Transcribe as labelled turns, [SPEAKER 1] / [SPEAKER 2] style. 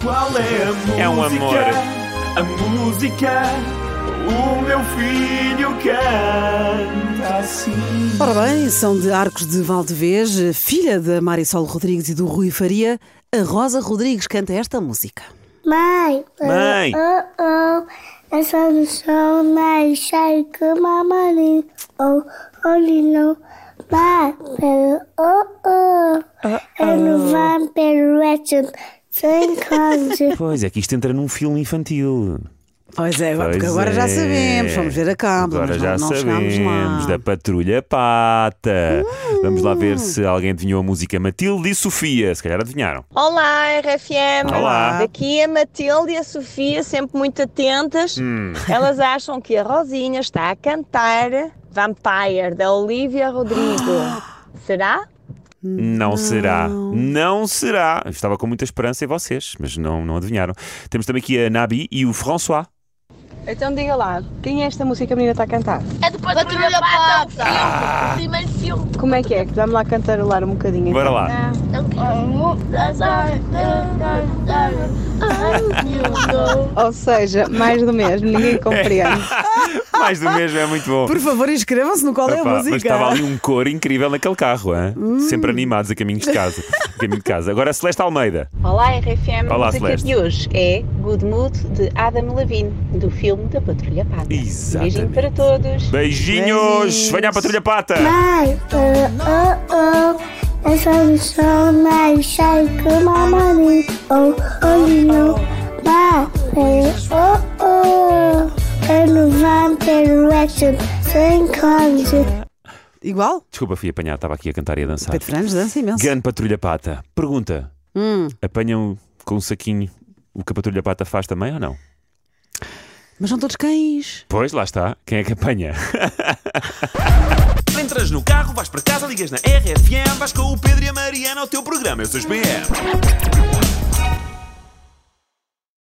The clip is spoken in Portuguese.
[SPEAKER 1] Qual é a música?
[SPEAKER 2] É um amor.
[SPEAKER 1] A música. O meu filho canta assim.
[SPEAKER 3] Ora bem, são de Arcos de Valdevez, filha da Marisol Rodrigues e do Rui Faria. A Rosa Rodrigues canta esta música.
[SPEAKER 4] Mãe,
[SPEAKER 2] Mãe.
[SPEAKER 4] oh, oh, essa missão mais sai que e mamãe, oh, oh, não, vai, pelo, oh, oh, eu não vai pelo resto, sem casa.
[SPEAKER 2] Pois é que isto entra num filme infantil.
[SPEAKER 3] Pois é, porque
[SPEAKER 2] Pois
[SPEAKER 3] agora já
[SPEAKER 2] é.
[SPEAKER 3] sabemos, vamos ver a Câmara,
[SPEAKER 2] Agora
[SPEAKER 3] Ah, mas
[SPEAKER 2] já
[SPEAKER 3] não, não chegámos
[SPEAKER 2] sabemos
[SPEAKER 3] lá. Uh!
[SPEAKER 2] da Patrulha Pata. Vamos lá ver se alguém adivinhou a música Matilde e Sofia. Se calhar adivinharam.
[SPEAKER 5] Olá, RFM.
[SPEAKER 2] Olá.
[SPEAKER 5] Daqui a Matilde e a Sofia, sempre muito atentas.
[SPEAKER 2] Hum.
[SPEAKER 5] Elas acham que a Rosinha está a cantar Vampire, da Olivia Rodrigo. Será?
[SPEAKER 2] Não, será. Não será. Eu estava com muita esperança em vocês, mas não, não adivinharam. Temos também aqui a Nabi e o François.
[SPEAKER 5] Então diga lá, quem é esta música que a menina está a cantar?
[SPEAKER 6] É de Patrulha Pata. O primeiro filme.
[SPEAKER 5] Como é que é? Dá-me lá cantarolar um bocadinho.
[SPEAKER 2] Bora lá.
[SPEAKER 6] Não quero.
[SPEAKER 5] Ou seja, mais do mesmo, ninguém compreende.
[SPEAKER 2] Mais do mesmo, é muito bom.
[SPEAKER 3] Por favor, inscrevam-se no Qual é a
[SPEAKER 2] Epá,
[SPEAKER 3] Música.
[SPEAKER 2] Mas estava ali um cor incrível naquele carro, hein? sempre animados a caminhos de casa. a caminho de casa. Agora a Celeste Almeida.
[SPEAKER 7] Olá, RFM. a
[SPEAKER 2] Olá,
[SPEAKER 7] música
[SPEAKER 2] Celeste.
[SPEAKER 7] de hoje é Good Mood de Adam Levine, do filme da Patrulha Pata. Beijinho
[SPEAKER 2] Exatamente.
[SPEAKER 7] para todos.
[SPEAKER 2] Beijinhos!
[SPEAKER 3] Beijinhos.
[SPEAKER 2] Venha à Patrulha Pata!
[SPEAKER 4] Mãe, pelo, oh, oh, essa missão mais sai que e mamãe, oh, oh, não, vai, pelo, oh, oh, eu não vai pelo resto, sem casa.
[SPEAKER 3] Igual?
[SPEAKER 2] Desculpa, fui apanhado, estava aqui a cantar e a dançar.
[SPEAKER 3] Pedro Fernandes dança imenso.
[SPEAKER 2] Grande Patrulha Pata. Pergunta:
[SPEAKER 3] Hum,
[SPEAKER 2] apanham com um saquinho o que a Patrulha Pata faz também ou não?
[SPEAKER 3] mas são todos cães.
[SPEAKER 2] Pois, lá está. Quem é que apanha?
[SPEAKER 1] Entras no carro, vais para casa, ligas na RFM, vais com o Pedro e a Mariana ao teu programa. Eu sou os BM.